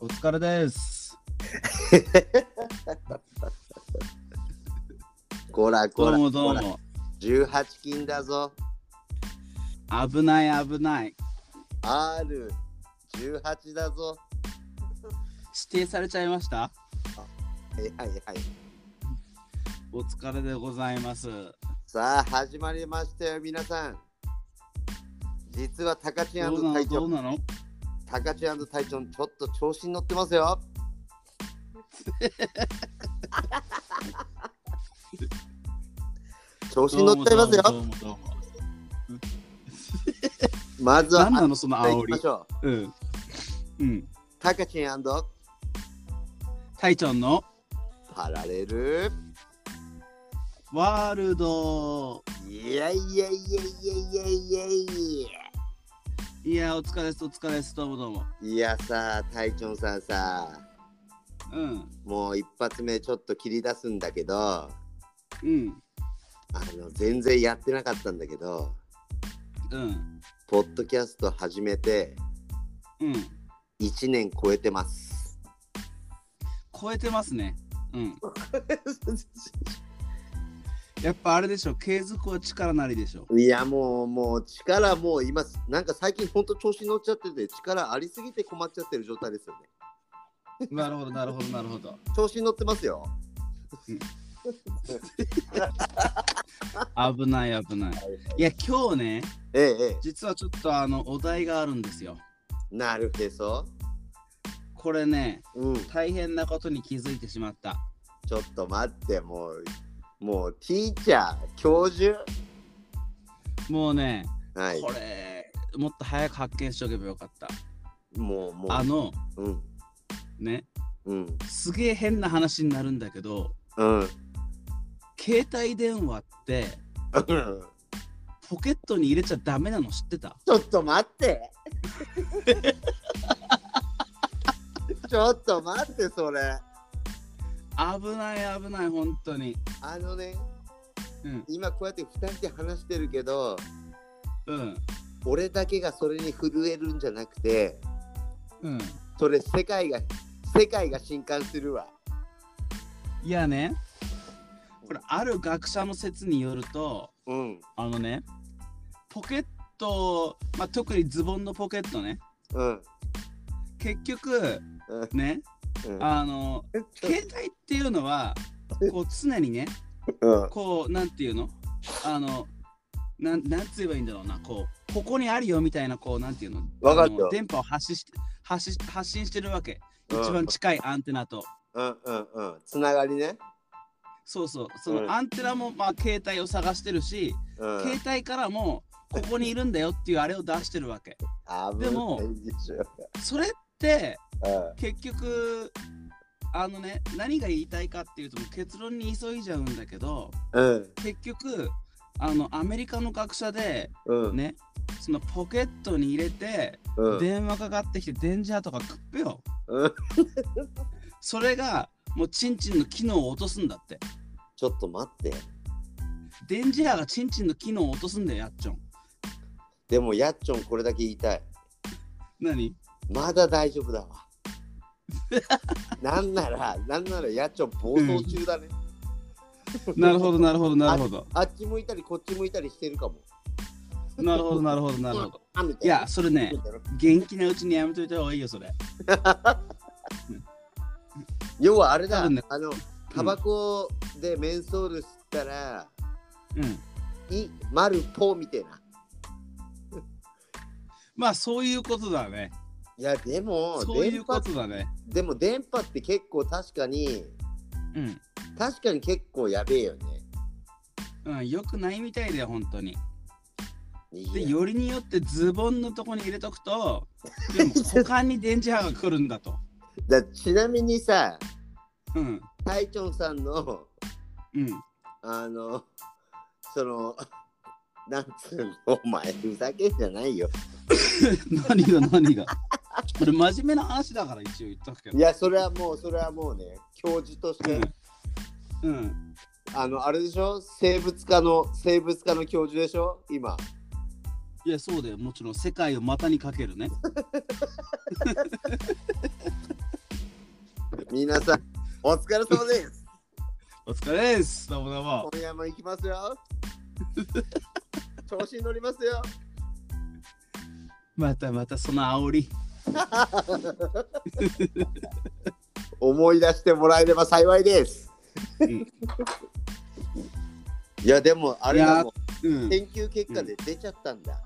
疲れです。こらどこうらもどこうらも。 18金だぞ危ない危ない。 R18 だぞ指定されちゃいましたはいはいはいお疲れでございます。さあ始まりましたよ皆さん実はタカチンどうなの隊どうな長のタカチン隊長ちょっと調子に乗ってま すよ調子に乗っちゃいまどすうよもどうもどうもどうもまずは何なのその行煽きまりし。ょううん。うん。タカチンタイちゃんのパラレルワールド。いやいやいやいやいやいやいやいや、お疲れです。お疲れです。どうもどうも。いやさ、隊長さんさ、うん。もう一発目ちょっと切り出すんだけど、あうん。の全然やってなかったんだけど、うん。ポッドキャスト始めてうん。 1年超えてます。超えてますね。 うん。やっぱあれでしょ。継続は力なりでしょ。いやもうもう力もう今なんか最近ほんと調子に乗っちゃってて力ありすぎて困っちゃってる状態ですよね。なるほど、なるほど、なるほど。調子に乗ってますよ。危ない危ない。いや今日ねえええ実はちょっとあのお題があるんですよ。え、なるへそ。これねうん。大変なことに気づいてしまった。ちょっと待ってもうもうティーチャー教授もうねはいこれもっと早く発見しておけばよかった。もうもうあのうんねうんすげえ変な話になるんだけどうん携帯電話って うんポケットに入れちゃダメなの知ってたちょっと待って ちょっと待ってそれ危ない危ない本当に。あのねうん今こうやって2人で話してるけどうん俺だけがそれに震えるんじゃなくてうん。それ世界が世界が震撼するわいやねこれある学者の説によるとうんあのね、ポケット、まあ、特にズボンのポケットね、うん結局、うんね、うんあの、携帯っていうのは、こう常にね、うんこう、なんていうのあの、なん、なんつ言えばいいんだろうな、こう、ここにあるよみたいな、こう、なんていうのわかるあよの電波を発信して、発信発信してるわけ。うん一番近いアンテナと。うんうんうんつながりねそうそう、そうんのアンテナも、まあ、携帯を探してるし、うん携帯からも、ここにいるんだよっていうあれを出してるわけ。あでもそれって、結局あのね何が言いたいかっていうと結論に急いじゃうんだけどうんうん結局あのアメリカの学者でうんねそのポケットに入れて、うん電話かかってきて電磁波とか食っぺようんそれがもうチンチンの機能を落とすんだってちょっと待って電磁波がチンチンの機能を落とすんだよやっちょんでもやっちょんこれだけ言いたい何まだ大丈夫だわ なんならなんならやっちょん暴走中だね、なるほどなるほどなるほどあっち向いたりこっち向いたりしてるかもなるほどなるほどなるほどあみたいやそれねみたいな元気なうちにやめといた方がいいよそれ要はあれ多だ、分ねあのタバコでメンソール吸ったら、うんいマルポみたいなまあそういうことだねいやでもそういう電波こっとだねでも電波って結構確かにうん確かに結構やべえよね。うん、よくないみたいだよ、本当に。いで、やよりによってズボンのとこに入れとく と、でも他に電磁波が来るんだと。だちなみにさ、うん、タイチョンさんの、うん。 あの、その、なんつうの、お前、ふざけんじゃないよ。何が何が。これ真面目な話だから一応言っとくけどい。や、それはもう、それはもうね、教授として、うん、うん。あの、あれでしょ生物科の、生物科の教授でしょ今。いや、そうだよ。もちろん世界を股にかけるね。皆さん、お疲れ様 です。お疲れです。どうもどうも。今夜も行きますよ。調子に乗りますよ。またまたその煽り。思い出してもらえれば幸いですうん。いや、でも、あれだもんうん。研究結果で出ちゃったんだ。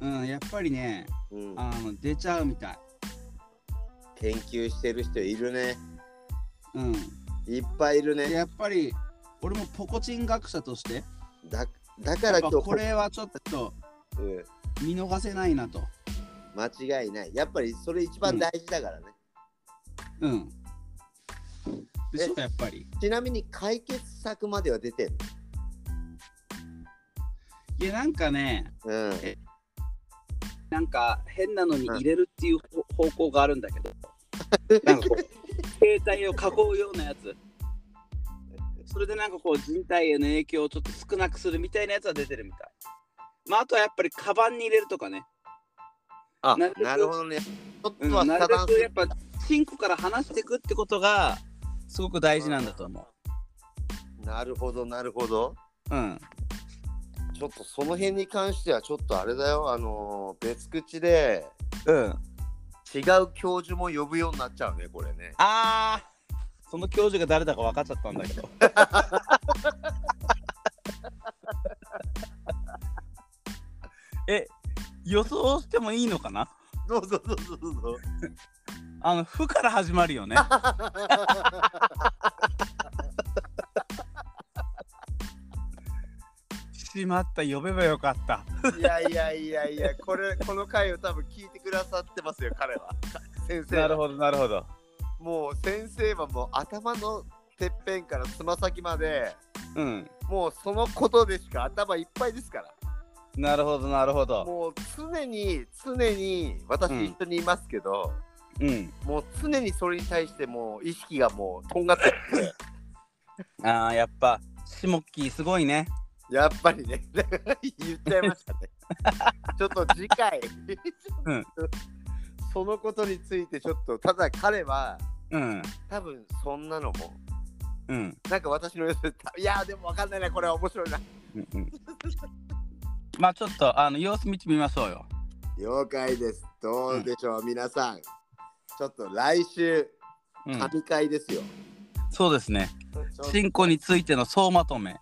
うん、やっぱりね、うん、あの出ちゃうみたい。研究してる人いるね。うん。いっぱいいるでね。やっぱり、俺もポコチン学者として、だだかやらっぱ今日こ、れはちょっとうん見逃せないなと。間違いない。やっぱりそれ一番大事だからね。うん。でしょえやっぱり。ちなみに解決策までは出てる。いや、なんかね、うん。なんか変なのに入れるっていう方方向があるんだ けど、なんかこう、携帯を囲うようなやつ。それでなんかこう人体への影響をちょっと少なくするみたいなやつは出てるみたい。まああとはやっぱりカバンに入れるとかね。あなるべくなるほどね。ちょっうんとはなる遮べ断すくやるっ。ぱチンコから離していくってことがすごく大事なんだと思なるほど、なるほど。う。うん。ちょっとその辺に関しては、ちょっとあれだよ。あのー別口でうん。あ違う教授も呼ぶようになっちゃうね、これね。あーその教授が誰だか分かっちゃったんだ けど。え予想してもいいのかなどうぞどうぞどうぞ。あの「ふ」から始まる よね。しまった呼べばよかった。いやいやいやいや、これ、この回を多分聞いてくださってますよ、彼は。先生は。ほどなるほど。もう先生はもう頭のてっぺんからつま先まで、うん。もうそのことでしか頭いっぱいですから。なるほどなるほど。もう常に常に私うん一緒にいますけど、うん。もう常にそれに対してもう意識がもうとんがってるああやっぱシモッキーすごいね。やっぱりね 言っちゃい ましたねちょっと次回うんそのことについてちょっとただ彼はうん。多分そんなのもうん。なんか私の予想でいやーでもわかんないなこれは面白いなうんうん、まあちょっとあの様子見てみましょうよ。了解ですどうでしょう、皆さんちょっと来週うん、神回ですよ、そうですね。ちょっと進行についての総まとめ。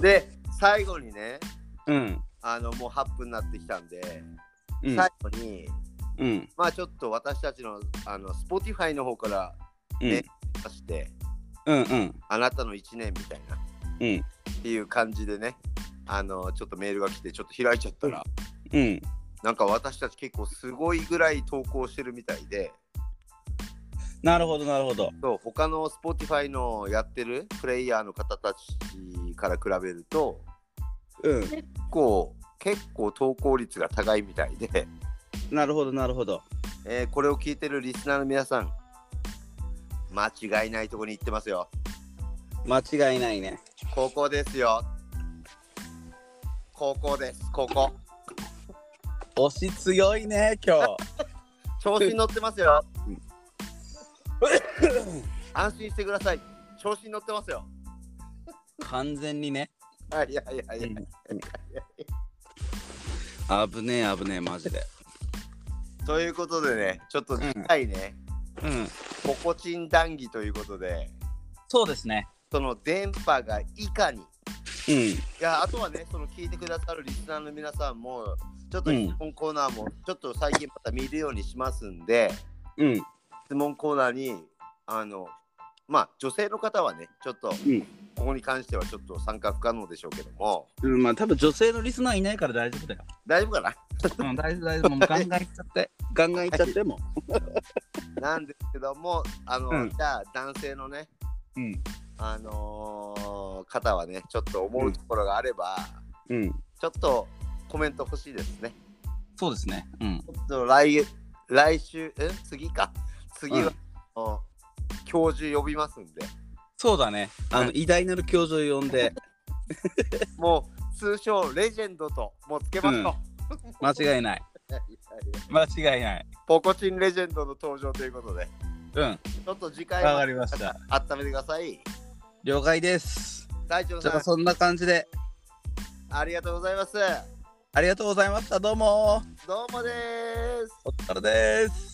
で最後にねうん。あのもう8分になってきたんで、うん。最後にうん。まあちょっと私たちのあの Spotify の方からうんね。出してうん。うん。あなたの1年みたいなうん。っていう感じでねあのちょっとメールが来てちょっと開いちゃったら、うん。なんか私たち結構すごいぐらい投稿してるみたいでなるほど、なるほど。そう他の Spotify のやってるプレイヤーの方たちから比べるとうん。結構結構投稿率が高いみたいで、 なるほど、なるほど。えーこれを聞いてるリスナーの皆さん間違いないとこに行ってますよ間違いないね。ここですよここですここ押し強いね、今日。調子に乗ってますようん安心してください調子に乗ってますよ完全にね。はいいやいやいや、危ねえ、危ねえ、マジで。ということでねちょっと次回ね、うん。ポコチン談義ということでそうですね。その電波がいかにうん。いやあとはね、その聞いてくださるリスナーの皆さんも、ちょっと質問コーナーも、ちょっと最近また見るようにしますんで、うん。質問コーナーに、あの、まあ、女性の方はね、ちょっと、うんここに関してはちょっと参加不可能でしょうけども、うん、まあ多分女性のリスナーいないから大丈夫だよ。大丈夫かな うん、大丈夫、大丈夫。もうガンガンいっちゃって。ガンガンいっちゃってもなんですけども、あの、うんじゃあ、男性のね、う。うん。あのー方はね、ちょっと思うところがあれば、うん。ちょっとコメント欲しいですね。そうですね。うん。ちょっと来来週、え次か。次は、うんあの教授呼びますんで、そうだね。あうの、偉大なる教授を呼んで、もう通称レジェンドともうつけましょう。間違いない。いやいやいや間違いない。ポコチンレジェンドの登場ということで、うん。ちょっと次わ回かはりました。温めてください。了解です。大丈夫じゃさあそんな感じで、ん、ありがとうございます。ありがとうございました。どうもどうもです。お疲れです。